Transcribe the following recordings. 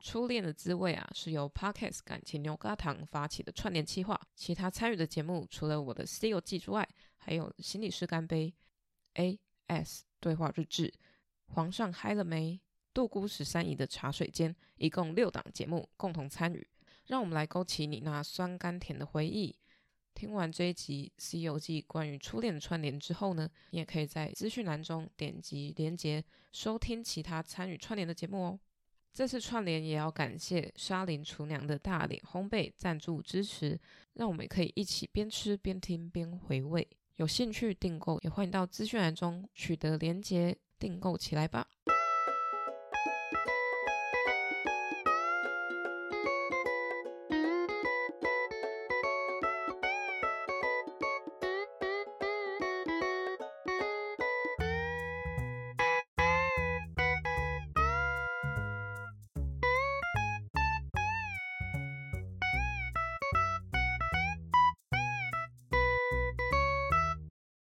初恋的滋味啊，是由 Parkes 感情牛轧糖发起的串联企划，其他参与的节目除了我的《西游记》之外，还有《心理师干杯》、A S 对话日志、皇上嗨了没、杜姑十三姨的茶水间，一共六档节目共同参与。让我们来勾起你那酸甘甜的回忆。听完这一集《西游记》关于初恋的串联之后呢，你也可以在资讯栏中点击连结收听其他参与串联的节目哦。这次串联也要感谢沙林厨娘的大脸烘焙赞助支持，让我们可以一起边吃边听边回味。有兴趣订购，也欢迎到资讯栏中取得连结订购起来吧。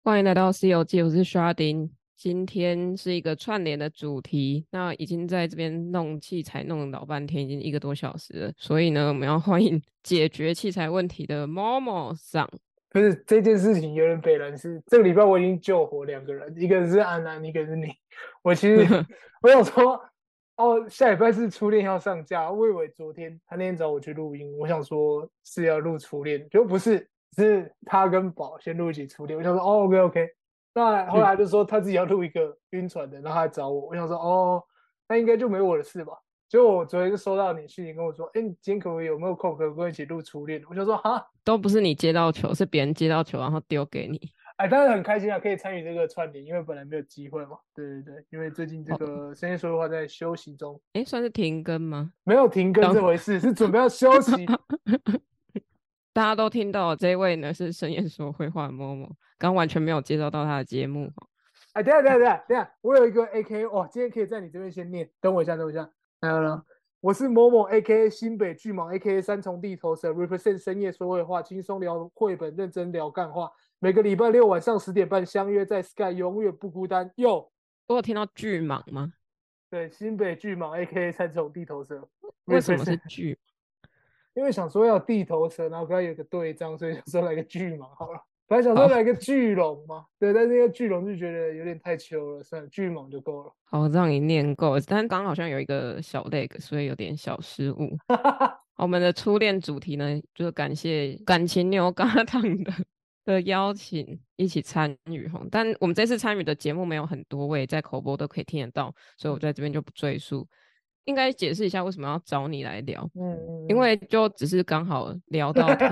欢迎来到《西游记》，我是刷丁。今天是一个串联的主题，那已经在这边弄器材弄了老半天，已经一个多小时了。所以呢，我们要欢迎解决器材问题的 Momo 上。不是这件事情有点北人是这个礼拜我已经救活两个人，一个是安南，一个是你。我其实我想说，哦，下礼拜是初恋要上架，我以为昨天他那天找我去录音，我想说是要录初恋，就不是，是他跟宝先录一起初恋。我想说，哦，OK OK。那后来就说他自己要录一个晕船的，然后他找我，我想说，哦，那应该就没我的事吧。结果我昨天就收到你信息跟我说，哎，你今天可不可以有没有空，可不可以一起录初恋？我想说，哈。都不是你接到球，是别人接到球然后丢给你。哎，当然很开心啊，可以参与这个串联，因为本来没有机会嘛。对对对，因为最近这好个深夜说的话在休息中，诶，算是停更吗？没有停更当这回事，是准备要休 息。大家都听到了这位呢是深夜说会话的 Momo，刚完全没有介绍到他的节目。哎，等一下等一下等一下等一下，我有一个 A K，哇，今天可以在你这边先念，等我一下，等我一下。来了来了，我是某某 A K 新北巨蟒 A K 三重地头蛇，represent 深夜说会话，轻松聊绘本，认真聊干话。每个礼拜六晚上十点半相约在 Sky，永远不孤单。哟，我有听到巨蟒吗？对，新北巨蟒 A K 三重地头蛇，为什么 represent 是巨？因为想说要地头蛇，然后刚才有个对仗，所以想说来个巨蟒好了。本来想说好来个巨龙嘛，对，但是那个巨龙就觉得有点太秋了，算了，巨蟒就够了。好，让你念够了，但刚刚好像有一个小 lag，所以有点小失误。我们的初恋主题呢，就是感谢感情牛轧糖的的邀请，一起参与哈。但我们这次参与的节目没有很多位，在口播都可以听得到，所以我在这边就不赘述。应该解释一下为什么要找你来聊，嗯嗯，，因为就只是刚好聊到天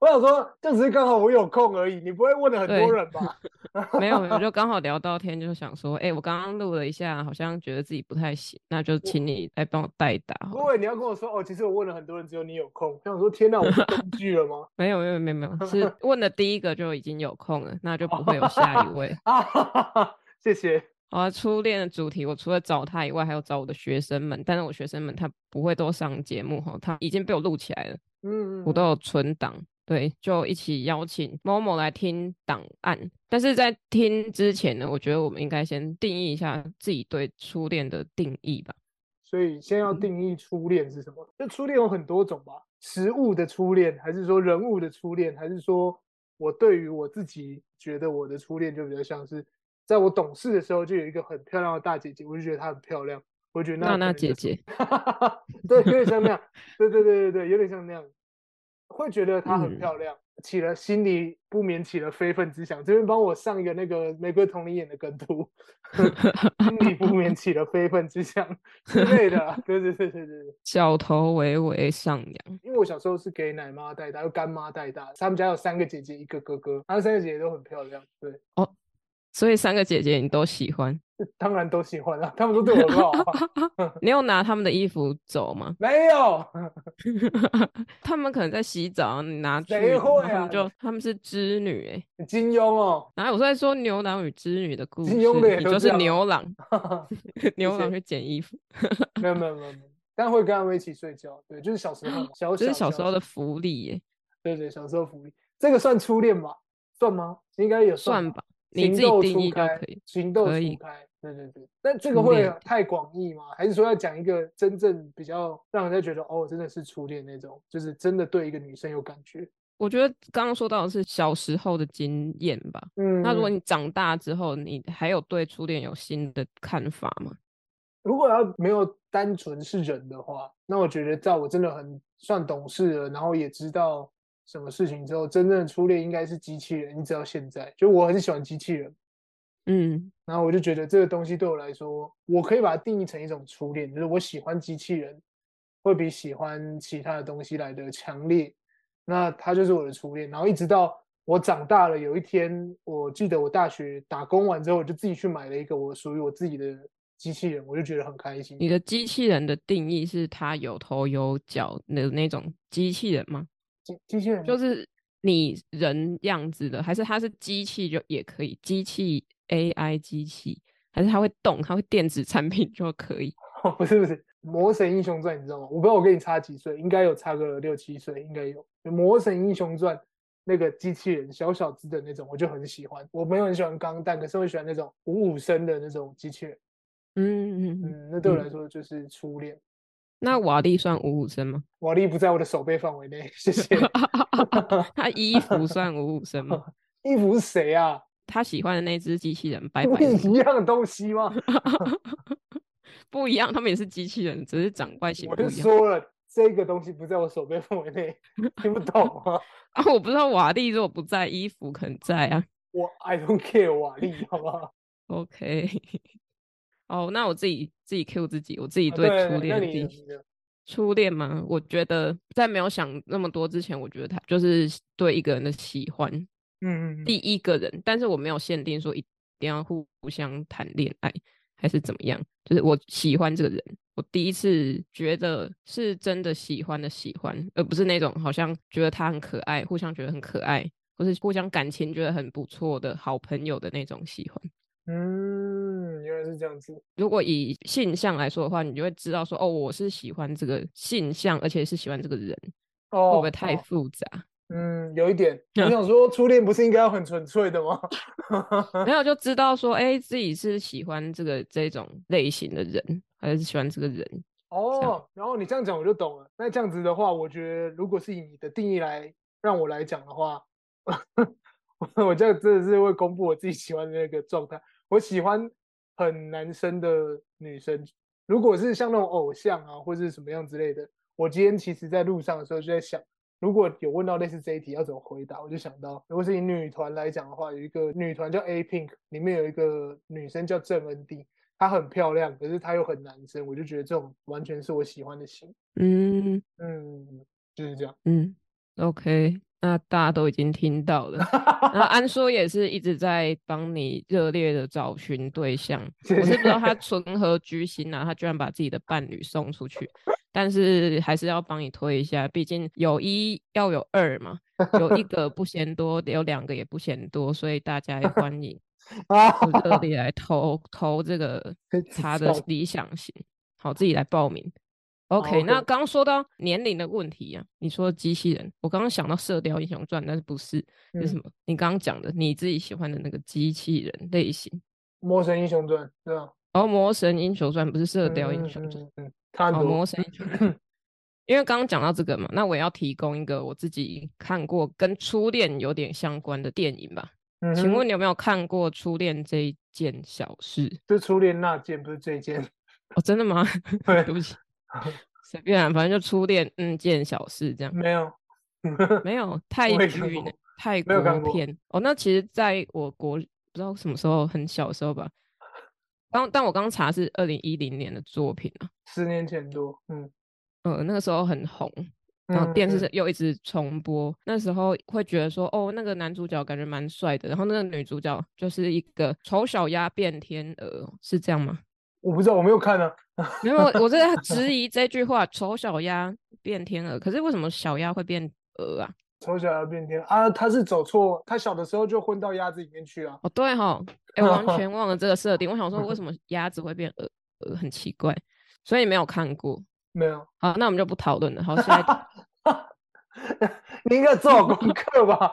我想说，就只是刚好我有空而已，你不会问了很多对人吧？ 没有，就刚好聊到天，就想说，哎、我刚刚录了一下，好像觉得自己不太行，那就请你来帮我代打好了。因为你要跟我说哦，其实我问了很多人，只有你有空。我想说，天哪，我是工具了吗？ 没有没有没有没有，是问的第一个就已经有空了，那就不会有下一位。啊，哈哈哈谢谢。好啊，初恋的主题，我除了找他以外，还有找我的学生们，但是我学生们他不会都上节目哈，他已经被我录起来了，嗯，嗯我嗯都有存档。对，就一起邀请某某来听档案。但是在听之前呢，我觉得我们应该先定义一下自己对初恋的定义吧。所以嗯先要定义初恋是什么？就初恋有很多种吧，食物的初恋，还是说人物的初恋，还是说我对于我自己觉得我的初恋就比较像是，在我懂事的时候就有一个很漂亮的大姐姐，我就觉得她很漂亮，我觉得那娜可娜能就姐是姐，对，有点 像那样，对对对对对，有点像那样，会觉得她很嗯漂亮，起了心里不免起了非分之想。这边帮我上一个那个玫瑰同林演的梗图，心里不免起了非分之想之类的啦。对对对对对对，小头微微上扬，因为我小时候是给奶妈带大，又干妈带大，他们家有三个姐姐，一个哥哥，他们三个姐姐都很漂亮，对，所以三个姐姐你都喜欢。当然都喜欢啊，他们都对我很好 啊，你有拿他们的衣服走吗？没有。他们可能在洗澡，啊你拿去，谁然后会他啊们就他们是织女哎、欸，金庸哦，然后我在说牛郎与织女的故事，金庸的也你都就这是样啊牛郎， 牛谢郎去捡衣服，没有没有没有没有，但会跟他们一起睡觉，对，就是小时候嘛，小这小是小时候的，的福利耶、对对，小时候福利，这个算初恋吧？算吗？应该也算吧。吧，你情自己窦定初义就开可以。情窦可初以开，对对对，但这个初会恋太广义吗？还是说要讲一个真正比较让人家觉得哦，真的是初恋那种，就是真的对一个女生有感觉？我觉得刚刚说到的是小时候的经验吧。嗯，那如果你长大之后，你还有对初恋有新的看法吗？如果要没有单纯是人的话，那我觉得在我真的很算懂事了，然后也知道什么事情之后，真正的初恋应该是机器人。一直到现在，就我很喜欢机器人，嗯然后我就觉得这个东西对我来说，我可以把它定义成一种初恋，就是我喜欢机器人，会比喜欢其他的东西来的强烈。那它就是我的初恋。然后一直到我长大了，有一天，我记得我大学打工完之后，我就自己去买了一个我属于我自己的机器人，我就觉得很开心。你的机器人的定义是它有头有脚的那种机器人吗？机机器人就是你人样子的，还是它是机器就也可以？机器 AI 机器，还是它会动，它会电子产品就可以？哦不是不是《魔神英雄传》，你知道吗？我不知道我跟你差几岁，应该有差个六七岁，应该有。《魔神英雄传》那个机器人小小只的那种，我就很喜欢。我没有很喜欢钢弹，可是我喜欢那种五五身的那种机器人。嗯嗯嗯。嗯，那对我嗯来说就是初恋。那瓦力算五五身吗？ 瓦力不在我的手背范围内，谢谢。 他衣服算五五身吗？衣服是谁啊？他喜欢的那只机器人白不白的 一样的东西吗？不一样，他们也是机器人，只是长外形我不就一样。说了，这个东西不在我手背范围内， 听不懂吗？啊，我不知道瓦力如果不在，衣服可能在啊。我 I don't care 瓦力，好不好？ OK，哦，那我自己自己 Q 自己，我自己啊对对初那恋的你定的义你的初恋吗？我觉得在没有想那么多之前，我觉得他就是对一个人的喜欢，嗯嗯嗯第一个人，但是我没有限定说一定要互相谈恋爱还是怎么样，就是我喜欢这个人，我第一次觉得是真的喜欢的喜欢，而不是那种好像觉得他很可爱，互相觉得很可爱，或是互相感情觉得很不错的好朋友的那种喜欢。嗯，原来是这样子。如果以性向来说的话，你就会知道说，哦，我是喜欢这个性向，而且是喜欢这个人，哦，会不会太哦复杂？嗯，有一点。我 嗯想说，初恋不是应该要很纯粹的吗？没有就知道说，哎、自己是喜欢这个这种类型的人，还是喜欢这个人？哦，然后你这样讲我就懂了。那这样子的话，我觉得如果是以你的定义来让我来讲的话， 我我这样真的是会公布我自己喜欢的那个状态。我喜欢很男生的女生，如果是像那种偶像啊，或是什么样之类的，我今天其实在路上的时候就在想，如果有问到类似这一题要怎么回答，我就想到，如果是以女团来讲的话，有一个女团叫 A Pink，里面有一个女生叫郑恩地，她很漂亮，可是她又很男生，我就觉得这种完全是我喜欢的型。嗯嗯，就是这样。嗯，OK，那大家都已经听到了。那安说也是一直在帮你热烈的找寻对象，谢我是不知道谢他存何居心啊，他居然把自己的伴侣送出去，但是还是要帮你推一下，毕竟有一要有二嘛，有一个不嫌多，有两个也不嫌多，所以大家也欢迎啊，就热烈来投投这个 他的送理想型，好，自己来报名。OK，那 OK 刚刚说到年龄的问题啊，你说机器人，我刚刚想到《射雕英雄传》，但是不是？是什嗯么？你刚刚讲的你自己喜欢的那个机器人类型，魔神英雄传，对吧？哦，《魔神英雄传》不是《射雕英嗯雄传》，嗯嗯，差哦，很《魔多。神英雄 传》。因为刚刚讲到这个嘛，那我也要提供一个我自己看过跟初恋有点相关的电影吧。嗯请哼问你有没有看过《初恋这一件小事》？就初恋那件不是这件，哦，真的吗？ 对对不 起，随便、啊，反正就初恋，嗯，件小事这样。没有，没有泰也看剧呢过，泰没有看国过片哦。那其实，在我国不知道什么时候，很小的时候 吧。刚，但我刚查是二零一零年的作品啊，十年前多，嗯，呃，那个时候很红，然后哦电视嗯上又一直重播。那时候会觉得说，哦，那个男主角感觉蛮帅的，然后那个女主角就是一个丑小鸭变天鹅，是这样吗？我不知道，我没有看啊。没有，我在质疑这句话：丑小鸭变天鹅。可是为什么小鸭会变鹅啊？从小要变天啊，他是走错，他小的时候就混到鸭子里面去啊。哦，对哈，哎，我完全忘了这个设定。我想说，为什么鸭子会变鹅？鹅很奇怪，所以没有看过。没有，好，那我们就不讨论了。好，下一题你应该 做好功课吧？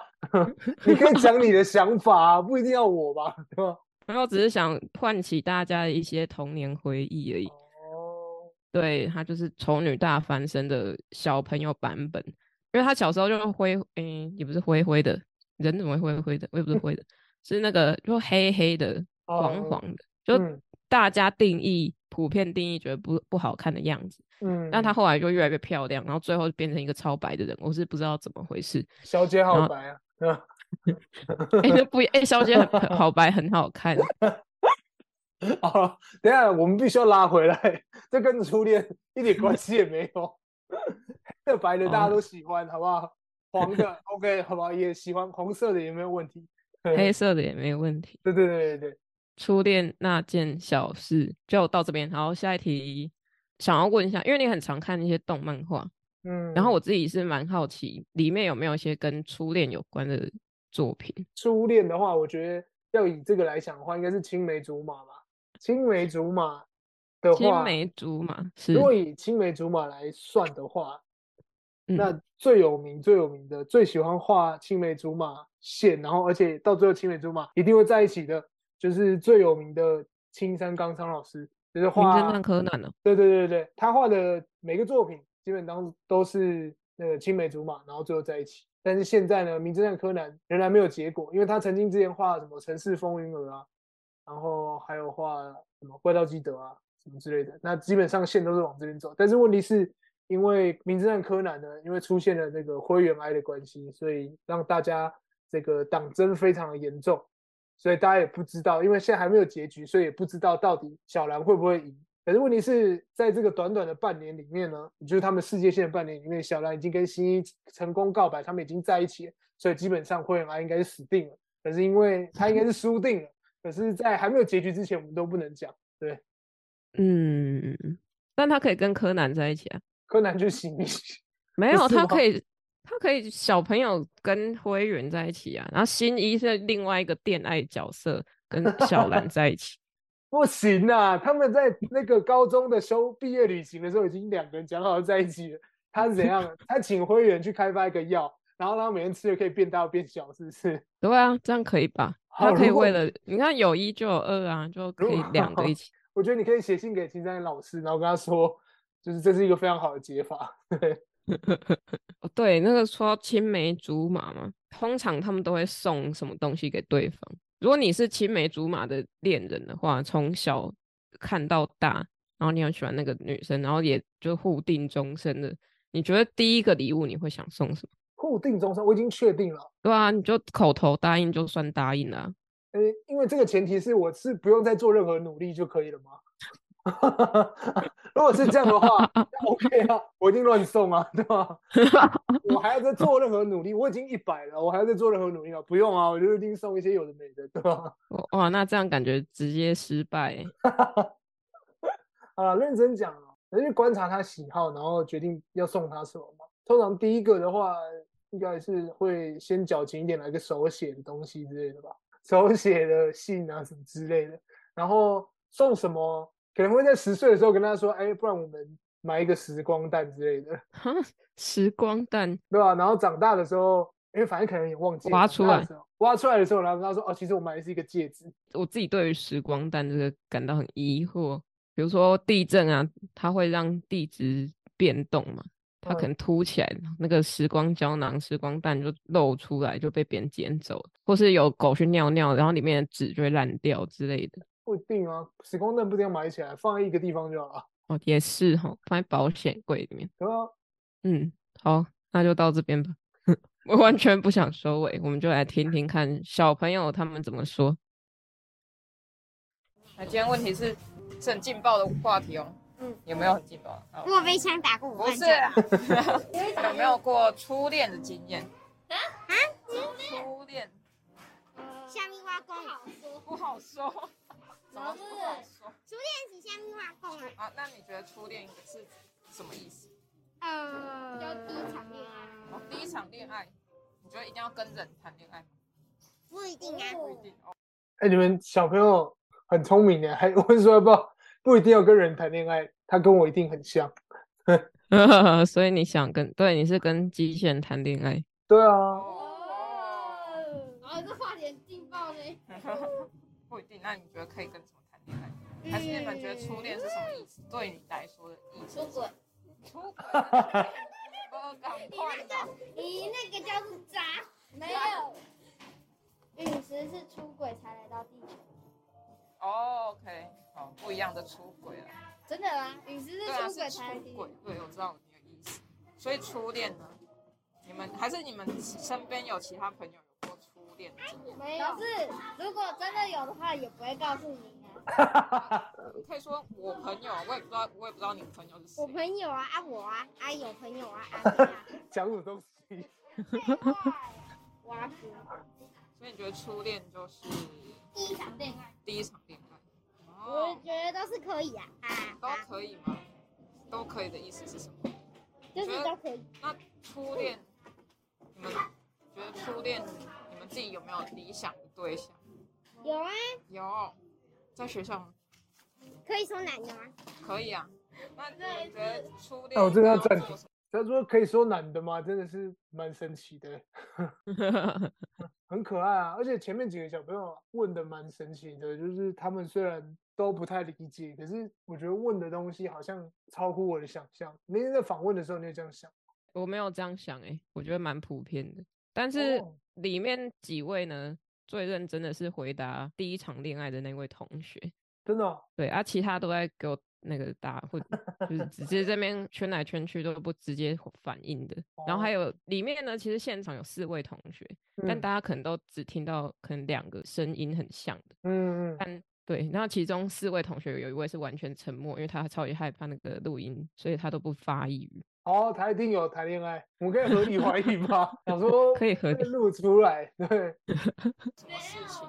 你可以讲你的想法啊，不一定要我吧，对吧？然后只是想唤起大家的一些童年回忆而已。哦，对，它就是《丑女大翻身》的小朋友版本，因为他小时候就是灰，嗯，也不是灰灰的，人怎么会灰灰的？我也不是灰的，是那个就黑黑的、黄哦黄的，就嗯大家定义、普遍定义觉得不不好看的样子。嗯，但她后来就越来越漂亮，然后最后就变成一个超白的人，我是不知道怎么回事。小姐然好后白啊， 啊哎、那不一哎、小姐很很好白，很好 看。好了，哦等一下我们必须要拉回来，这跟初恋一点关系也没有。黑的白的大家哦都喜欢，好不好？黄 的 OK，好不好？也喜欢红色的也没有问题。黑色的也没问题。对对对对对，初恋那件小事就到这边，然后下一题想要问一下，因为你很常看那些动漫画，嗯。然后我自己是蛮好奇里面有没有一些跟初恋有关的作品。初恋的话，我觉得要以这个来想的话，应该是青梅竹马吧。青梅竹马的青话，梅竹马是如果以青梅竹马来算的话，嗯那最有名、最有名的、最喜欢画青梅竹马线，然后而且到最后青梅竹马一定会在一起的，就是最有名的青山刚昌老师，就是名画侦探柯南呢、哦对对对对，他画的每个作品基本上都是那个青梅竹马，然后最后在一起。但是现在呢，《名侦探柯南》仍然没有结果，因为他曾经之前画什么《城市风云儿》啊，然后还有画什么《怪盗基德》啊什么之类的。那基本上线都是往这边走，但是问题是因为《名侦探柯南》呢，因为出现了这个灰原哀的关系，所以让大家这个党争非常的严重，所以大家也不知道，因为现在还没有结局，所以也不知道到底小兰会不会赢。可是问题是在这个短短的半年里面呢，也就是他们世界线的半年里面，小兰已经跟新一成功告白，他们已经在一起了，所以基本上灰原哀应该是死定了。可是因为他应该是输定了，可是，在还没有结局之前，我们都不能讲。嗯，但他可以跟柯南在一起啊？柯南就行，没不有，是他吗可以。他可以小朋友跟灰原在一起啊，然后新一是另外一个恋爱角色跟小兰在一 起， 不行啊！他们在那个高中的修毕业旅行的时候，已经两个人讲好要在一起了。他是怎样？他请灰原去开发一个药，然后让他每天吃就可以变大变小，是不是？对啊，这样可以吧？好他可以如果为了你看有一就有二啊，就可以两个一起。我觉得你可以写信给青山老师，然后跟他说，就是这是一个非常好的解法。哦对，那个说到青梅竹马嘛，通常他们都会送什么东西给对方。如果你是青梅竹马的恋人的话，从小看到大，然后你很喜欢那个女生，然后也就互定终身的，你觉得第一个礼物你会想送什么？固定终身，我已经确定了。对啊，你就口头答应就算答应了啊、呃，因为这个前提是我是不用再做任何努力就可以了吗？ 如果是这样的话那，OK 啊，我一定乱送啊，对吧？我还要再做任何努力，我已经一百了，我还要再做任何努力吗？不用啊，我就一定送一些有的没的，对吧？哇哦哇，那这样感觉直接失败欸、 啊，认真讲啊，我去观察他喜好，然后决定要送他什么嘛。通常第一个的话，应该是会先矫情一点，来个手写的东西之类的吧， 手写的信啊什么之类的。然后送什么，可能会在十岁的时候跟他说，哎，不然我们买一个时光蛋之类的，哈，时光蛋，对吧？然后长大的时候，因为反正可能也忘记了挖长出大的来时候挖出来的时候，然后跟他说，哦，其实我买的是一个戒指。我自己对于时光弹这个感到很疑惑。比如说地震啊，它会让地质变动嘛，它可嗯能凸起来，那个时光胶囊、时光弹就露出来，就被别人捡走了，或是有狗去尿尿，然后里面的纸就会烂掉之类的。不一定啊，时光蛋不一定要买起来，放在一个地方就好了，哦，也是哈，放在保险柜里面。对吧？嗯，好，那就到这边吧。 我完全不想收尾，我们就来听听看小朋友他们怎么说。 那今天问题是是很劲爆的话题哦，嗯，有没有很劲爆？好莫非枪打过五不万是枪？啊，有没有过初恋的经验？啊啊初恋虾米挖公，不好说，怎么不好说但是虾米挖公啊，啊？那你觉得初恋是什么意思？呃，要第一场恋爱，哦，第一场恋爱，你觉得一定要跟人谈恋爱吗？不一定啊，不一定哦。哎，你们小朋友很聪明的，还 问说要不要不一定要跟人谈恋爱，他跟我一定很像。所以你想跟对你是跟机器人谈恋爱？对啊，哦哦，然后这话题很劲爆呢。 不一定。那你觉得可以跟什么谈恋爱？还是你们觉得初恋是什么意思？对你来说的意思出是什么？轨，出轨？我赶你快那拿个，你那个叫做渣。没有。陨石是出轨才来到地球，哦，OK，好，不一样的出轨了。真的吗？陨石对是啊，出是轨出才来地球轨。，对，我知道你的意思。所以初恋呢？你们还是你们身边有其他朋友有过初恋的经验？没有，可是如果真的有的话，也不会告诉你啊。你可以说我朋友，我也不知道，我也不知道你朋友是谁我。朋友啊，啊我啊，啊有朋友啊，啊 啊我啊 讲什么东西？ 我啊不所以你觉得初恋就是第一场恋爱，第一场恋爱？啊我哦，觉得都是可以啊，啊都啊，可以吗？都可以的意思是什么？就是都可以。那初恋，你们觉得初恋你们自己有没有理想的对象？有啊，有，在学校吗？可以说奶牛啊，可以啊。那你们觉得初恋？那我真的要做暂什停么？他说可以说男的吗？真的是蛮神奇的，很可爱啊。而且前面几个小朋友问的蛮神奇的，就是他们虽然都不太理解，可是我觉得问的东西好像超乎我的想象。那天在访问的时候，你有这样想？我没有这样想诶、欸我觉得蛮普遍的。但是哦里面几位呢，最认真的是回答第一场恋爱的那位同学，真的哦、对啊，其他都在给我那个答，或就是直 接这边圈来圈去都不直接反应的。然后还有里面呢，其实现场有四位同学，但哦嗯大家可能都只听到可能两个声音很像的。嗯嗯嗯，但对，然后其中四位同学有一位是完全沉默，因为他超级害怕那个录音，所以他都不发一语。好，他一定有谈恋爱，我们可以合理怀疑吗？想说可以合会理录出来， 对，什么事情？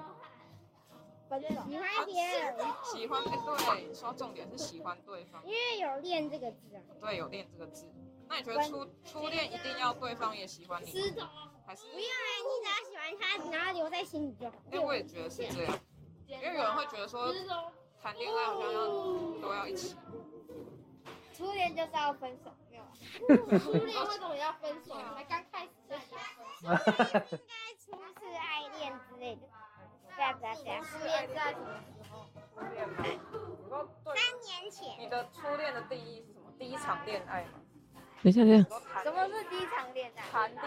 反正喜欢别人，喜欢对，说重点是喜欢对方因。为有“恋”这个字啊，对，有恋这个字。那你觉得初初恋一定要对方也喜欢你知吗？道。还是？不用啊，你只要喜欢他，然后留在心里就好。哎，我也觉得是这样，因为有人会觉得说谈恋爱好像要都要一起。初恋就是要分手，没有啊？初恋为什么要分手？啊才 刚开始就想分手，初次爱恋之类的，对啊对啊对啊。初恋在什么时候？初恋吗？你说对。三年前，你的初恋的定义是什么？第一场恋爱吗？等一下，等一下，说谈什么是第一场恋爱？谈恋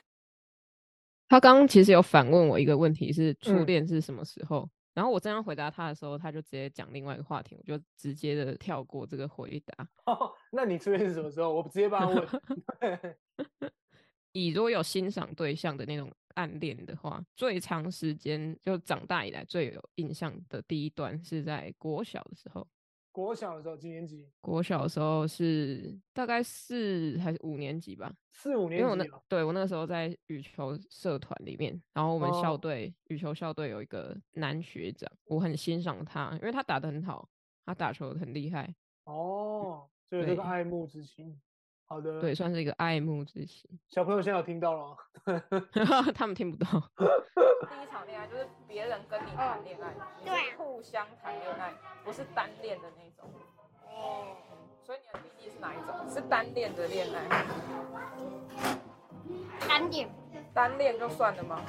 他刚刚其实有反问我一个问题，是初嗯恋是什么时候？然后我正要回答他的时候，他就直接讲另外一个话题，我就直接的跳过这个回答。哦那你出现是什么时候？我直接帮他 问。以如果有欣赏对象的那种暗恋的话，最长时间就长大以来最有印象的第一段是在国小的时候。国小的时候几年级？国小的时候是大概四还是五年级吧，四五因为我年那级哦，对我那时候在羽球社团里面，然后我们校哦队、羽球校队有一个男学长，我很欣赏他，因为他打得很好，他打球很厉害，哦，所以这个对爱慕之情。好的，对，，算是一个爱慕之情。 小朋友现在有听到了哦，他们听不到， 爱，第一场恋爱就是别人跟你嗯谈恋爱，你对啊是互相谈恋爱，不是单恋的那种。哦，所以你的定义是哪一种？是单恋的恋爱，单恋，单恋就算了吗？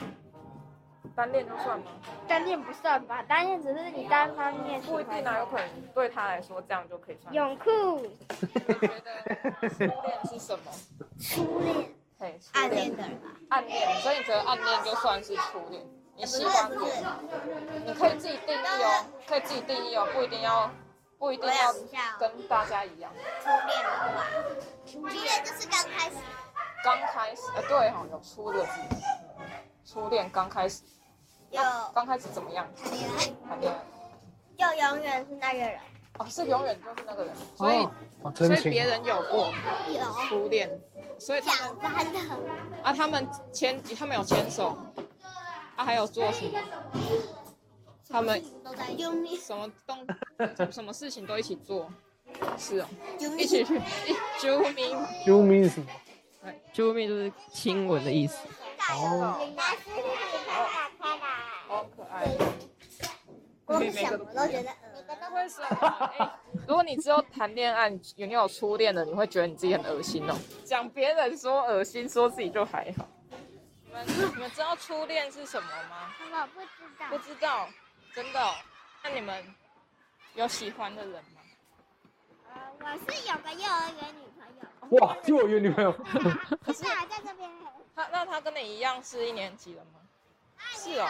单恋就算吗？单恋不算吧？单恋只是你单方面喜不一欢定啊，有可能对他来说这样就可以算。泳裤，你觉得初恋是什么？初恋，嘿，初暗恋的人吧，暗恋，所以你觉得暗恋就算是初恋？你喜欢不别是人？你可以自己定义哦，可以自己定义哦，不一定要，不一定我要想一下哦，跟大家一样。初恋的话，初恋就是刚开始，刚开始，呃，对哈、哦，有初的字，初恋刚开始，有刚开始怎么样？谈恋爱，谈恋爱就永远是那个人，哦，是永远就是那个人，所以、哦好所真以情别人有过有初恋，所以他长们大的，啊，他们牵，他们有牵手，啊，还有做什么？他们都在用命，什么动，啊什么事情都一起做，是哦，用一命，起去，一啾咪， ，You mean 什么？ 啾咪就是亲吻的意思。 哦，但是你打开来，好可 爱。光想我都觉得恶为什么？哎如果你只有谈恋爱，你你有初恋了，你会觉得你自己很恶心哦。讲别人说恶心，说自己就还好。你们你们知道初恋是什么吗？我不知道不，知道，真的哦、那你们有喜欢的人吗？呃，我是有个幼儿园女朋友，哇，幼儿园女 朋友，可是还在这边。他那他跟你一样是一年级的吗？是哦。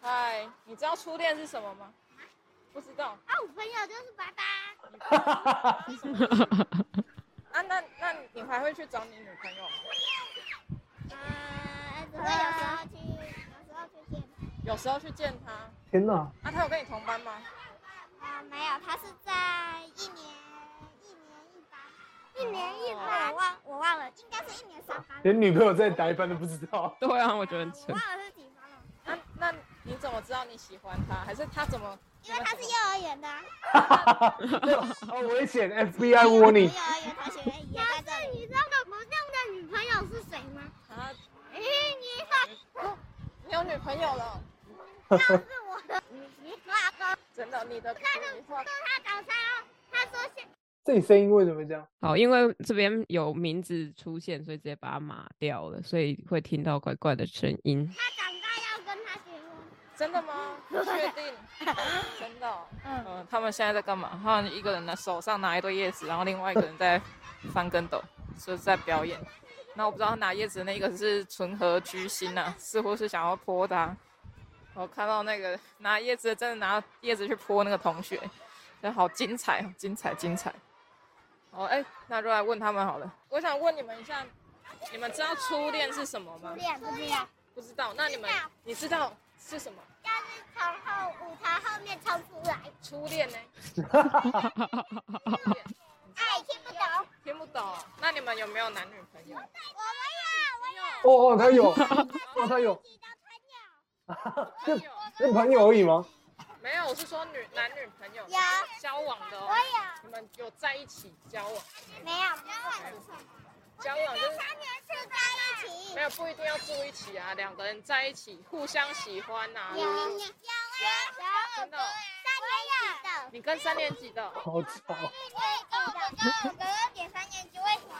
嗨，你知道初恋是什么吗？不知道啊，我朋友就是爸爸，啊？那那你还会去找你女朋友吗？啊，只会有时候去，有时候去见有时候去见他，啊，天哪，他有跟你同班吗？他。啊，没有，他是在一年一年一班，一年一班班，我忘我忘了，应该是一年三班了。连女朋友在哪一班都不知道。 对啊，我觉得很我扯。忘了是几班了，那啊那你怎么知道你喜欢他？还是他怎么？因为他是幼儿园的啊。好危险，FBI warning！幼儿园同学也在这里。你知道我这样的女朋友是谁吗？啊，哎，你你有女朋友了？是我 的女朋友。真的，你的你话他早上要，他说现这里声音为什么这样？好，因为这边有名字出现，所以直接把它码掉了，所以会听到怪怪的声音。他长大要跟他结婚。真的吗？确 定？真的哦、嗯嗯，他们现在在干嘛？他们一个人的手上拿一堆叶子，然后另外一个人在翻跟斗，就是在表演。那我不知道拿叶子的那个是纯和居心呐、似乎是想要泼他。我看到那个拿叶子的真的拿叶子去泼那个同学，真的好精彩，哦，精彩，精彩。哦，哎，那就来问他们好了。我想问你们一下，你们知道初恋是什么吗？脸不一样，不知道。那你们知道你知道是什么？就是从后舞台后面冲出来，初恋呢？哎，听不懂。我听不懂。那你们有没有男女朋友？们哦哦，他有，哦他有 有，，自己的那没有，那朋友而已吗？没有。我是说女男女朋友有交往的哦我。有，你们有在一起交往？没有，没有。交往就是三年是在一起，没有不一定要住一起啊，两个人在一起互相喜欢呐、有有啊，有三真的哦。年级的，你跟三年级的哦好吵，我哥哥点三年级，为什么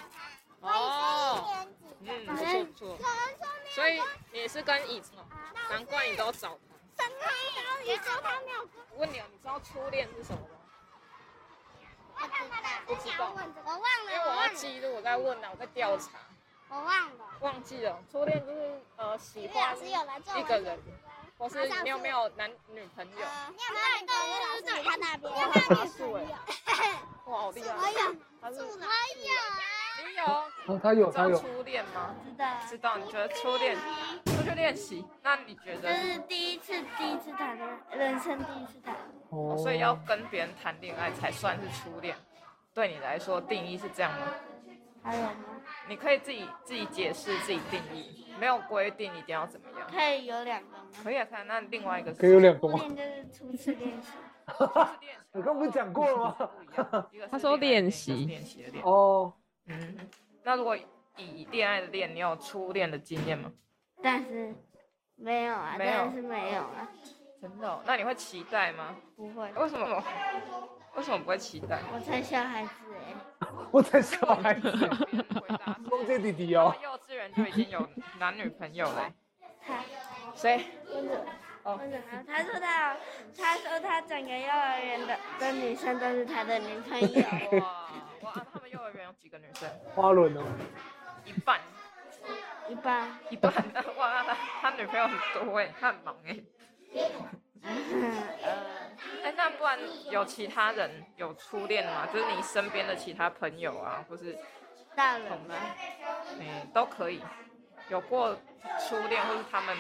哦，他一嗯，年级不的？错不错。有人说没有所以你是跟乙哦，难怪你都找他。分开，然后你说他没有跟问你哦，你知道初恋是什么吗？我知道，不知道我忘因了，为我我忘要了，记录，我在问啊，我在调查，我忘了。忘记了。初恋就是呃喜于欢老师有来做一我个的人，或是你有没有男女朋友？呃，你有没有跟老师他那边？哇他素哎，哇好厉害！他是我有，你有哦他有知他道有，初恋吗？知道知道，你觉得初恋出去练习，那你觉这得？是第一次，第一次谈恋爱，人生第一次谈。哦哦所以要跟别人谈恋爱才算是初恋，对你来说定义是这样吗？还有吗？你可以自己自己解释自己定义，没有规定一定要怎么样。可以有两个吗？可以啊，看那另外一个是可以有两个初吗？恋就是初次练习， 练习我刚不是讲过了吗？不一样一个是他说恋爱的练习一个是练习的练。哦，嗯，那如果以恋爱的恋，你有初恋的经验吗？但是没有啊，没有但是没有啊，真的哦、那你会期待吗？不会。为什么？为什么不会期待？我才小孩子哎、我在小孩子，别人回答梦见弟弟我哦，幼稚园就已经有男女朋友了，他所以温者哦温者他他说他有他说他整个幼儿园的的女生都是他的女朋友，哇哇，他们幼儿园有几个女生？花轮哦，一半，一般。一半。哇，那他他女朋友很多哎，他很忙哎。哎，那不然有其他人有初恋吗？就是你身边的其他朋友啊，或是大同人吗吗？？嗯，都可以。有过初恋，或是他们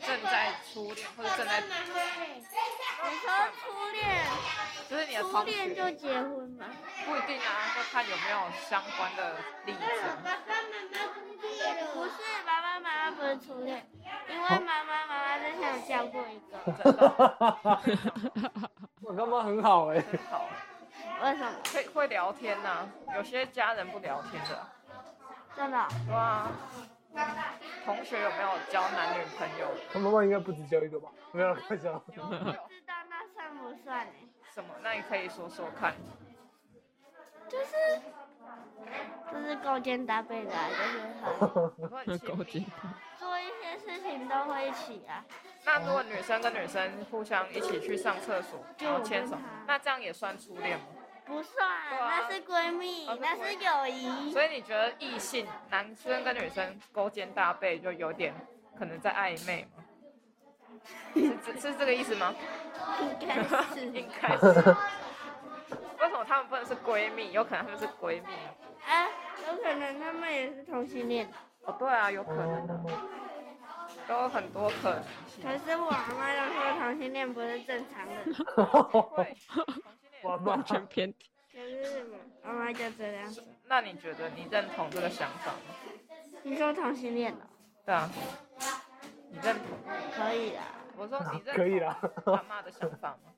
正在初恋，或者正在，你说初恋，就是你的初同恋学，就结婚吗？不一定啊，就看有没有相关的例 子。不是，爸爸妈妈不是初恋，因为妈妈妈妈之前有交过一个。真的 我干妈很好哎，真好，为什么？会会聊天呐、有些家人不聊天的。真的哦、哇，同学有没有交男女朋友？他妈妈应该不止交一个吧？没有开玩笑，你有没有不知道那算欸不算呢？什么？那你可以说说看。就是这是勾肩搭背的、啊，就是很 勾肩搭做一些事情都会一起啊。那如果女生跟女生互相一起去上厕所，然后牵手，那这样也算初恋吗？不算，对啊那是闺蜜，哦那是是友谊。所以你觉得异性男生跟女生勾肩搭背就有点可能在暧昧吗？是这是这个意思吗？应 该应是。该是。为什么他们不能是闺蜜？有可能他们是闺蜜啊。啊，有可能他们也是同性恋，哦，对啊，有可能啊，哦都有很多可能性。可是我阿妈都说同性恋不是正常的，会，同性恋我也妈完全偏 题。就是我阿妈就这样说。那你觉得你认同这个想法吗？你说同性恋的，对啊，你认同？可以啊啦，我说你认同可以啦阿妈的想法吗？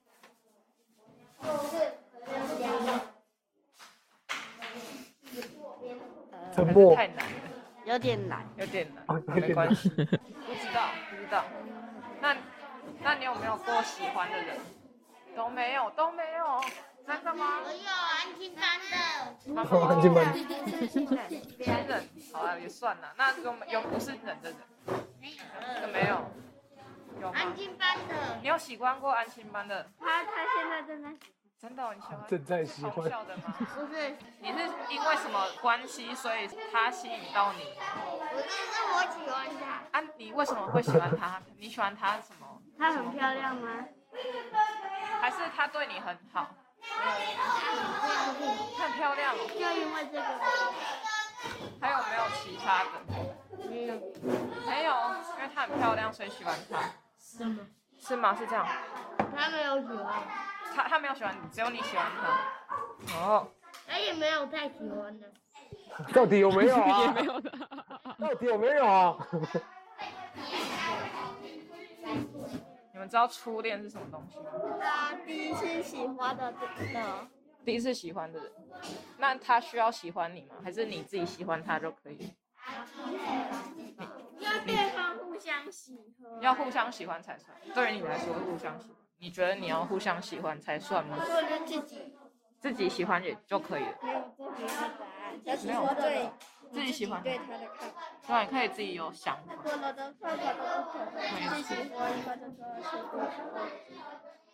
沉还是默太难了，有点 难。有点难，哦有点没关系，不知道不知道。那那你有没有过喜欢的人？都没有都没有，真的 吗？有安静班的，妈妈安静班亲人，好了也算了。那有没有不是人的人？没有有没有？有吗安？静班的，你有喜欢过安亲班的？他他现在正在真的哦、你喜欢？正在喜是同欢校的吗？不是你是因为什么关系，所以他吸引到你吗？我是我喜欢他，啊，你为什么会喜欢他？你喜欢他什么？她很漂亮啊吗？还是他对你很好？很漂亮哦。就因为这个，还有没有其他的？没有，嗯没有，因为她很漂亮，所以喜欢她。是吗？是吗？是这样。他没有喜欢，他他没有喜欢你，只有你喜欢他。哦，他哎也没有太喜欢的，到底有没有也啊没？ 有的。到底有没有啊？你们知道初恋是什么东西吗？她啊第一次喜欢的的，第一次喜欢的人，那他需要喜欢你吗？还是你自己喜欢他就可以？要对方互相喜欢要互相喜欢才算。对于你来说，互相喜欢，你觉得你要互相喜欢才算吗？或者自己自己喜欢也就可以了。没有自己的答案，但是没有说对自己喜欢，对他的看法。对，你可以自己有想法。我的的看法都不同，自己喜欢或者说是不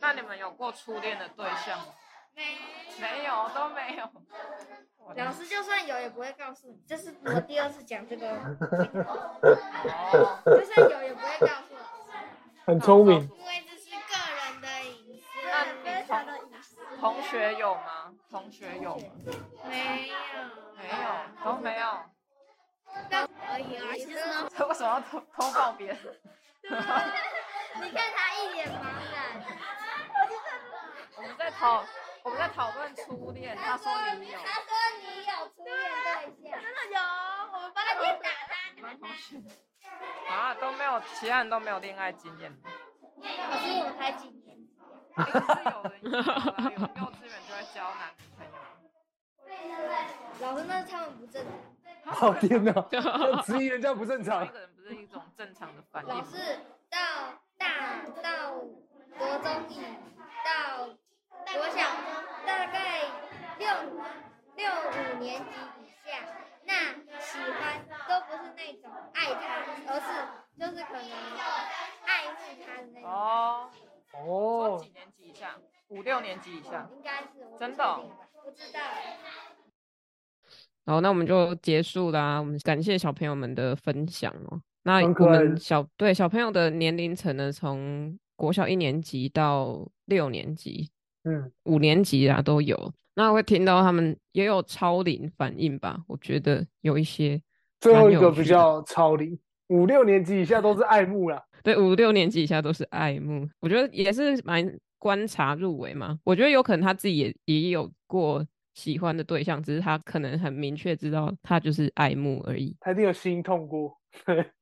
那你们有过初恋的对象吗？没，没有，都没有。老师就算有也不会告诉你，这是我第二次讲这个，哦，就算有也不会告诉老师，很聪明，因为这是个人的隐私，那你同同学有吗？同学有吗？没有，没有，都没有。而已而已，这为什么要偷偷抱别人？啊你看他一脸茫然， 我们在讨我们在讨论初恋，他说你有。他说你有初恋对象，真的有，我们帮你打他，打他。啊，都没有，其他人都没有恋爱经验。老师，我才几年？应该是有人有啦，有幼稚园就会交男女朋友。老师，那是他们不正常。好天 哪！质疑人家不正常找一，个人不是一种正常的反应老吗。师，到大到国中以到国小，大概六六五年级以下，那喜欢都不是那种爱他，而是就是可能爱慕他的那种。哦，说哦几，年级以下？五六年级以下。应该是，我不确真的哦定吧不知道。好，那我们就结束啦。我们感谢小朋友们的分享哦。那很可我爱们的小对小朋友的年龄层呢，从国小一年级到六年级，嗯，五年级啊都有。那会听到他们也有超龄反应吧？我觉得有一些最后一蛮有个趣的比较超龄，五六年级以下都是爱慕啦。对，五六年级以下都是爱慕，我觉得也是蛮观察入围嘛。我觉得有可能他自己也也有过喜欢的对象，只是他可能很明确知道他就是爱慕而已。他一定有心痛过，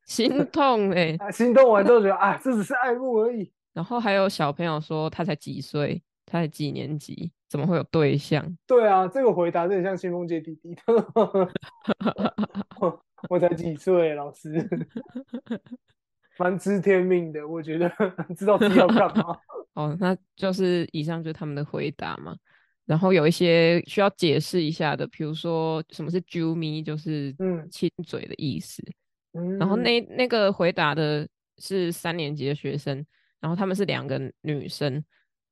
心痛哎、啊，心痛完之后觉得啊，这只是爱慕而已。然后还有小朋友说他才几岁，他才几年级，怎么会有对象？对啊，这个回答真的像清风姐弟 弟。我我才几岁，老师，蛮知天命的， 我觉得知道自己要干嘛。哦，那就是以上就是他们的回答嘛。然后有一些需要解释一下的，比如说什么是啾咪，就是嗯亲嘴的意思。嗯，然后那那个回答的是三年级的学生，然后他们是两个女生，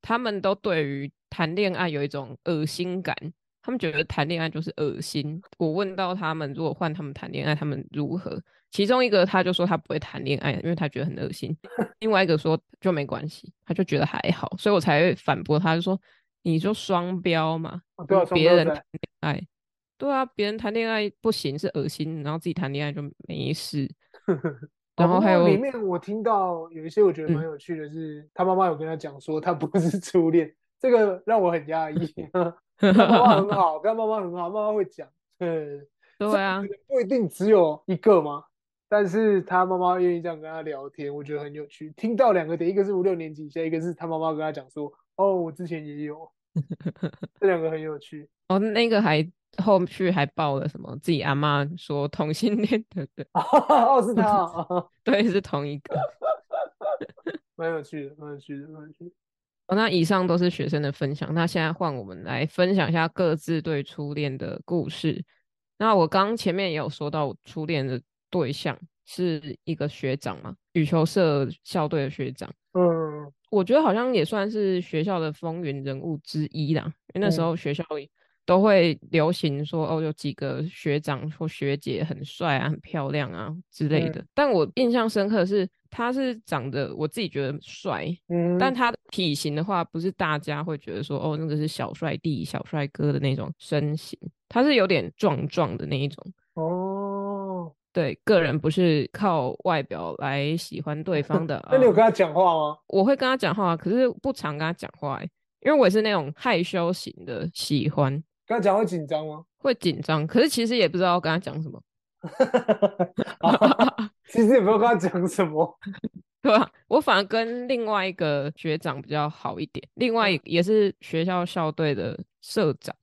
他们都对于谈恋爱有一种恶心感，他们觉得谈恋爱就是恶心。我问到他们，如果换他们谈恋爱，他们如何？其中一个他就说他不会谈恋爱，因为他觉得很恶心；另外一个说就没关系，他就觉得还好，所以我才会反驳他，就说你就双标嘛，哦对啊如果双别标人仔谈恋爱，对啊，别人谈恋爱不行是恶心，然后自己谈恋爱就没事。然 哦后不还过有里面我听到有一些我觉得嗯蛮有趣的是，他妈妈有跟他讲说他不是初恋，这个让我很压抑。 跟他妈妈很好， 跟他妈妈很好，妈妈会讲。嗯，这对啊可，能不一定只有一个嘛，但是他妈妈愿意这样跟他聊天，我觉得很有趣。听到两个点，一个是五六年级以下，一个是他妈妈跟他讲说，哦，我之前也 有，这两个很有趣。 哦，那个还后续还爆了什么？自己阿妈说同性恋的，对， 哦，是他啊，哦 对，是同一个。蛮有趣的，蛮有趣的，蛮有趣的。哦，那以上都是学生的分享，那现在换我们来分享一下各自对初恋的故事。那我刚前面也有说到，我初恋的对象是一个学长嘛，羽球社校队的学长。嗯，我觉得好像也算是学校的风云人物之一啦，因为那时嗯候学校里都会流行说哦，有几个学长或学姐很帅啊、很漂亮啊之类的。但我印象深刻的是，他是长得我自己觉得帅，嗯，但他的体型的话，不是大家会觉得说哦，那个是小帅弟、小帅哥的那种身形，他是有点壮壮的那一种。哦，对，个人不是靠外表来喜欢对方的。 那你有啊跟他讲话吗？我会跟他讲话，可是不常跟他讲话欸，因为我也是那种害羞型的，喜欢跟他讲会紧张 吗？ 会紧张，可是其实也不知道跟他讲什么， 其实也不用跟他讲什么。对吧？我反而跟另外一个学长比较好一点，另外一也是学校校队的社长，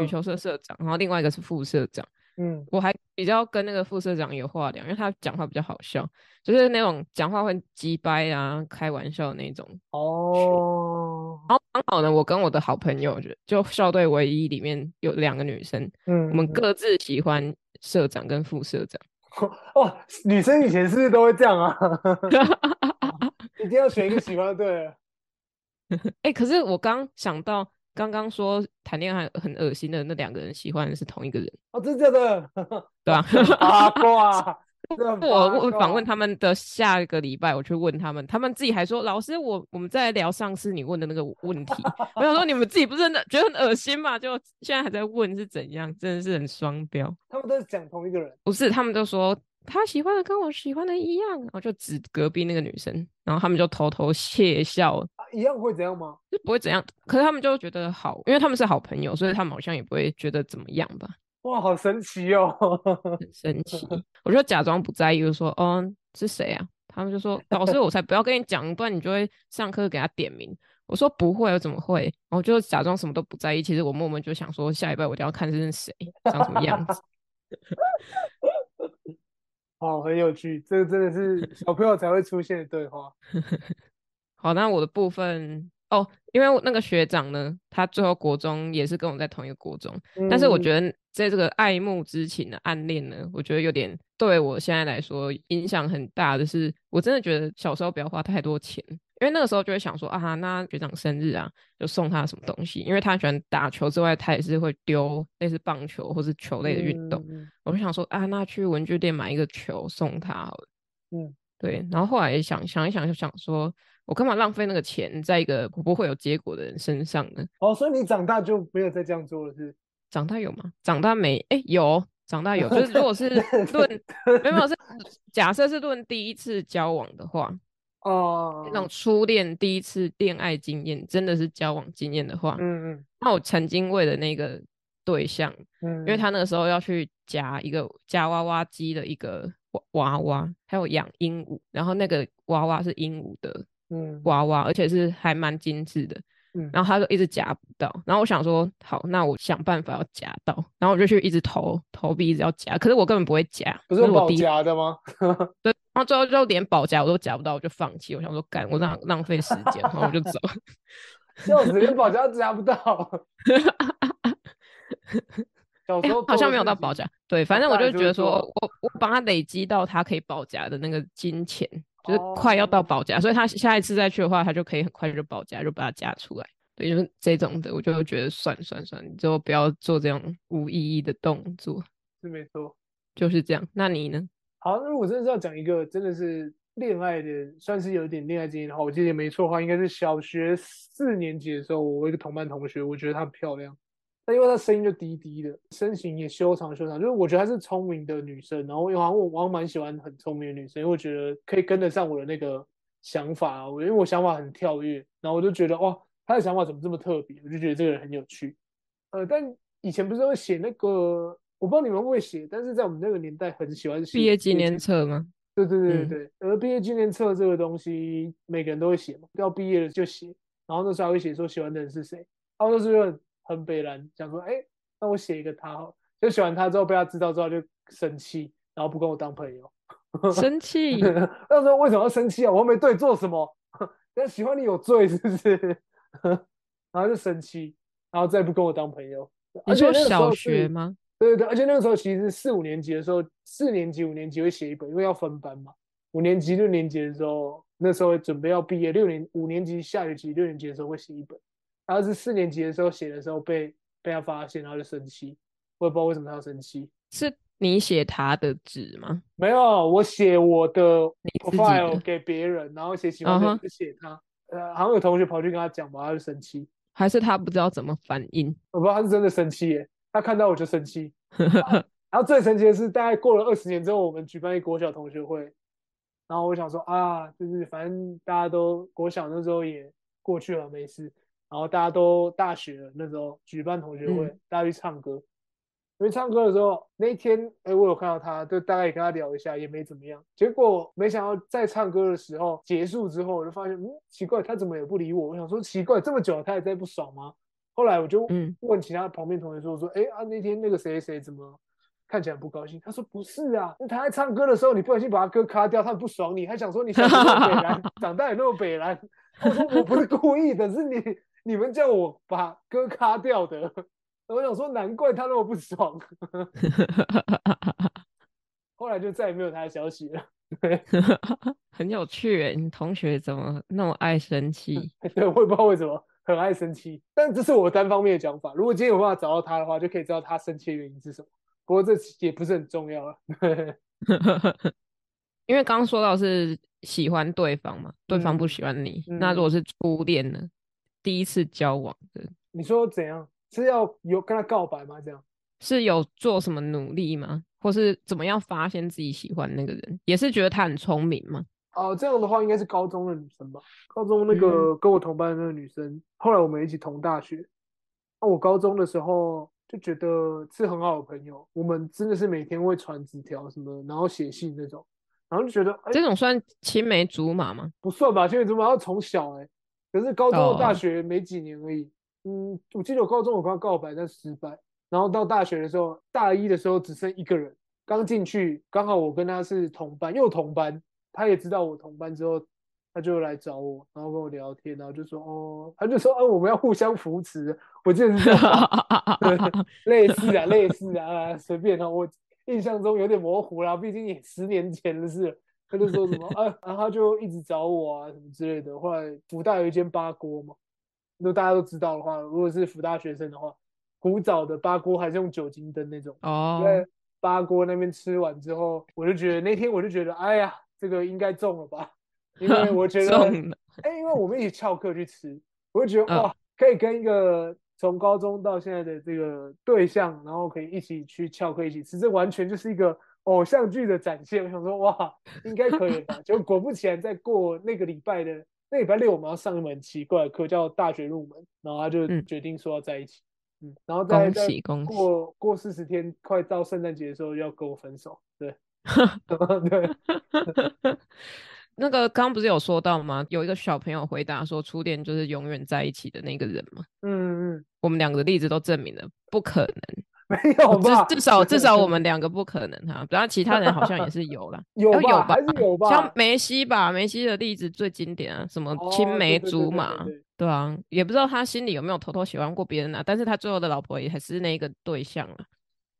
羽嗯球社社长，然后另外一个是副社长，嗯我还比较跟那个副社长有话聊，因为他讲话比较好笑，就是那种讲话会鸡掰啊、开玩笑的那种，哦，然后刚好呢，我跟我的好朋友就就校队唯一里面有两个女生，嗯，我们嗯各自喜欢社长跟副社长。哦，女生以前是不是都会这样 啊？一定要选一个喜欢的对了。哎、可是我刚想到，刚刚说谈恋爱很恶心的那两个人喜欢的是同一个人，哦，真的假 的？对吧、八啊卦，这很八我我访卦问他们的下一个礼拜，我去问他们，他们自己还说：“老师，我我们在聊上次你问的那个问题。”我想说，你们自己不是很觉得很恶心吗？就现在还在问是怎样，真的是很双标。他们都是讲同一个人。不是，他们就说他喜欢的跟我喜欢的一样，然后就指隔壁那个女生，然后他们就偷偷窃笑，啊一样会怎样吗？就不会怎样。可是他们就觉得好，因为他们是好朋友，所以他们好像也不会觉得怎么样吧，哇，好神奇哦！ 很神奇。我就假装不在意，就说：“哦，是谁啊？”他们就说：“老师，我才不要跟你讲，不然你就会上课给他点名。”我说：“不会，我怎么会？”然后就假装什么都不在意。其实我默默就想说，下礼拜我一定要看是谁长什么样子。哦，很有趣，这个真的 是小朋友才会出现的对话。好，那我的部分哦，因为我那个学长呢，他最后国中也是跟我在同一个国中，但是我嗯觉得在这个爱慕之情的暗恋呢，我觉得有点对我现在来说影响很大的是，我真的觉得小时候不要花太多钱，因为那个时候就会想说啊，那学长生日啊，就送他什么东西，因为他喜欢打球之外，他也是会丢类似棒球或是嗯球类的运动，，我就想说啊，那去文具店买一个球送他好了。嗯，对。然后后来想想一想，就想说，我干嘛浪费那个钱在一个不不会有结果的人身上呢？哦，所以你长大就没有再这样做了，是？长大有吗？长大没？哎、有。长大有，就是如 果是论，没有没有是假设是论第一次交往的话，哦，那种初恋第一次恋爱经验，真的是交往经验的话，嗯嗯那我曾经为了那个对象，嗯，因为他那个时候要去夹一个夹娃娃机的一个娃娃娃，还有养鹦鹉，然后那个娃娃是鹦鹉的嗯娃娃，而且是还蛮精致的。嗯然后他就一直夹不到，然后我想说，好，那我想办法要夹到，然后我就去一直投投币，一直要夹，可是我根本不会啊夹，嗯不这是是我保第一，夹的吗？对，然后最后就连保夹我都夹不到，我就放弃，我想说，干，我浪浪费时间，然后我就走。 笑死，连保家都夹 不到。小哎、时候 好像做的没有事到情保价，对，反正我大就人就觉得会做说啊我我帮他累积到他可以保价的那个金钱，就是快要到哦保价，所以他下一次再去的话，他就可以很快就保价，就把它加出来。对，就是这种的，我就觉得算算算，你就不要做这种无意义的动作，是没错。就是这样。那你呢？好，那如果真的是要讲一个真的是恋爱的，算是有点恋爱经验的话，我记得没错的话，应该是小学四年级的时候，我一个同班同学，我觉得她很漂亮，但因为她声音就低低的，身形也修长修长，就是我觉得她是聪明的女生，然后因为好像我我好像蛮喜欢很聪明的女生，因为我觉得可以跟得上我的那个想法，啊我因为我想法很跳跃，然后我就觉得哇，她的想法怎么这么特别，我就觉得这个人很有趣。呃，但以前不是会写那个，我不知道你们会不会写，但是在我们那个年代很喜欢写毕业纪念册吗？对对对嗯对对，而毕业纪念册这个东西，每个人都会写嘛，要毕业了就写，然后那时候还会写说喜欢的人是谁，然后那时候就很很北蓝，想说，哎，那我写一个他好了，就喜欢他之后被他知道之后就生气，然后不跟 我当朋友。生 气，那时候为什么要生气啊？我又没对做什么， 但喜欢你有罪是不是？ 然后就生气，然后再也不跟我当朋友。你而且说那个时小候学是吗？对对对，而且那个时候其实四五年级的时候，四年级、五年级会写一本，因为要分班嘛。五年级、六年级的时候，那时候准备要毕业，六年五年级下学期、六年级的时候会写一本，然后是四年级的时候写的时候被被他发现，然后就生气，我也不知道为什么他要生气。是你写他的纸吗？没有，我写我的你自己 profile 的给别人，然后写喜欢嗯的人哼就写他。呃，好像有同学跑去跟他讲吧，他就生气，还是他不知道怎么反应？我不知道他是真的生气耶，他看到我就生气。然后最神奇的是，大概过了二十年之后，我们举办一个国小同学会，然后我想说啊，就是反正大家都国小那时候也过去了，没事。然后大家都大学了，那时候举办同学会，大家去唱歌。因为唱歌的时候，那一天，哎，我有看到他，就大概也跟他聊一下，也没怎么样。结果没想到在唱歌的时候结束之后，我就发现，嗯，奇怪，他怎么也不理我？我想说，奇怪，这么久了他也在不爽吗？后来我就 嗯问其他旁边同学说，说，哎啊，那天那个谁谁怎么看起来很不高兴？他说不是啊，那他在唱歌的时候，你不小心把他歌卡掉，他很不爽你，还想说你小时候那么北蓝，长大也那么北蓝。我说我不是故意的，是你你们叫我把歌卡掉的。我想说，难怪他那么不爽。 后来就再也没有他的消息了。很有趣诶，你同学怎么那么爱生气？对，我也不知道为什么很爱生气，但这是我单方面的讲法。如果今天有办法找到他的话，就可以知道他生气的原因是什么。不过这也不是很重要啊了。因为刚刚说到是喜欢对方嘛，对方不喜欢你。那如果是初恋呢？第一次交往的， 你说怎样？是要有跟他告白吗？这样？是有做什么努力吗？或是怎么样发现自己喜欢那个人？也是觉得他很聪明吗？哦，这样的话应该是高中的女生吧？高中那个跟我同班的那个女生，后来我们一起同大学。那我高中的时候就觉得是很好的朋友，我们真的是每天会传纸条什么，然后写信那种，然后就觉得哎，这种算青梅竹马吗？不算吧，青梅竹马要从小哎、可是高中到大哦学没几年而已。嗯，我记得我高中有跟他告白，但失败。然后到大学的时候，大一的时候只剩一个人，刚进去，刚好我跟他是同班，又同班，他也知道我同班之后，他就来找我，然后跟我聊天，然后就说哦，他就说哦，我们要互相扶持。我记得是这样吧 类似啊，类似啊，随便啊，我印象中有点模糊啦，毕竟也十年前的事了。他就说什么啊，然后他就一直找我啊，什么之类的。后来福大有一间八锅嘛，如果大家都知道的话，如果是福大学生的话，古早的八锅还是用酒精灯那种。哦，在八锅那边吃完之后，我就觉得那天我就觉得，哎呀，这个应该中了吧，因为我觉得 中了哎、因为我们一起翘课去吃，我就觉得嗯哇，可以跟一个从高中到现在的这个对象，然后可以一起去翘课一起吃，这完全就是一个偶像剧的展现。我想说，哇，应该可以吧？结果果不其然，在过那个礼拜的那礼拜六，我们要上一门奇怪的课，叫大学入门，然后他就嗯决定说要在一起，嗯，然后再恭再喜恭喜！过过四十天，快到圣诞节的时候要跟我分手， 对， 对。那个刚刚不是有说到吗？有一个小朋友回答说，初恋就是永远在一起的那个人嘛。嗯嗯，我们两个的例子都证明了不可能。没有吧？至 至少至少我们两个不可能哈、然后其他人好像也是有啦，有要吧？有吧还是有吧？像梅西吧，梅西的例子最经典啊，什么哦青对梅对对竹对马，对对对啊，也不知道他心里有没有偷偷喜欢过别人啊，但是他最后的老婆也还是那个对象啊。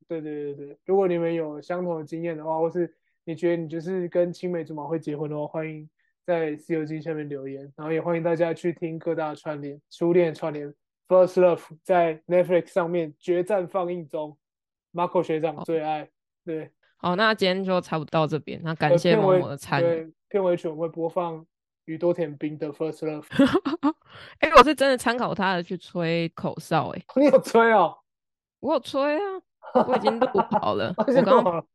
对对对对，如果你们有相同的经验的话，或是你觉得你就是跟青梅竹马会结婚的话，欢迎在《西游记》下面留言，然后也欢迎大家去听各大串联初恋串联《First Love》在 Netflix 上面决战放映中，Marco 学哦长最爱。对，好，那今天就差不多到这边，那感呃谢片某尾某的参与。对片尾曲我们会播放宇多田冰的《First Love》， 哎、我是真的参考他的去吹口哨、欸，你有吹哦？，我有吹啊，我已经录好了 我我刚刚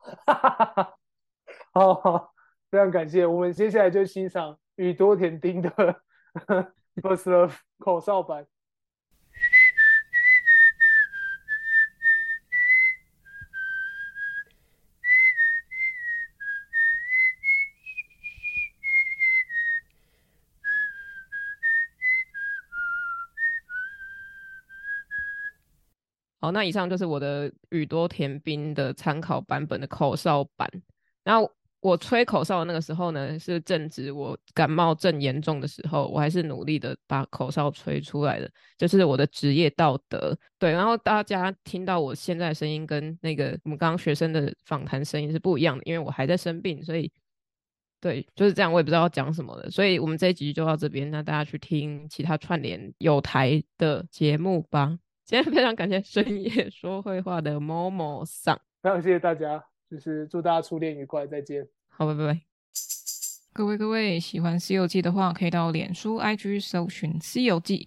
哈哈哈， 好好，哦非常感谢。我们接下来就欣赏宇多田町的 First Love 口哨版。好，那以上就是我的宇多田冰的参考版本的口哨版。那我吹口哨的那个时候呢，是正值我感冒正严重的时候，我还是努力的把口哨吹出来的，就是我的职业道德。对，然后大家听到我现在的声音跟那个我们刚刚学生的访谈声音是不一样的，因为我还在生病，所以对，就是这样，我也不知道要讲什么了，所以我们这一集就到这边，那大家去听其他串联有台的节目吧。今天非常感谢深夜说会话的某某桑，非常谢谢大家，就是祝大家初恋愉快，再见。好，拜拜。各位各位，喜欢《西游记》的话，可以到脸书、IG 搜寻《西游记》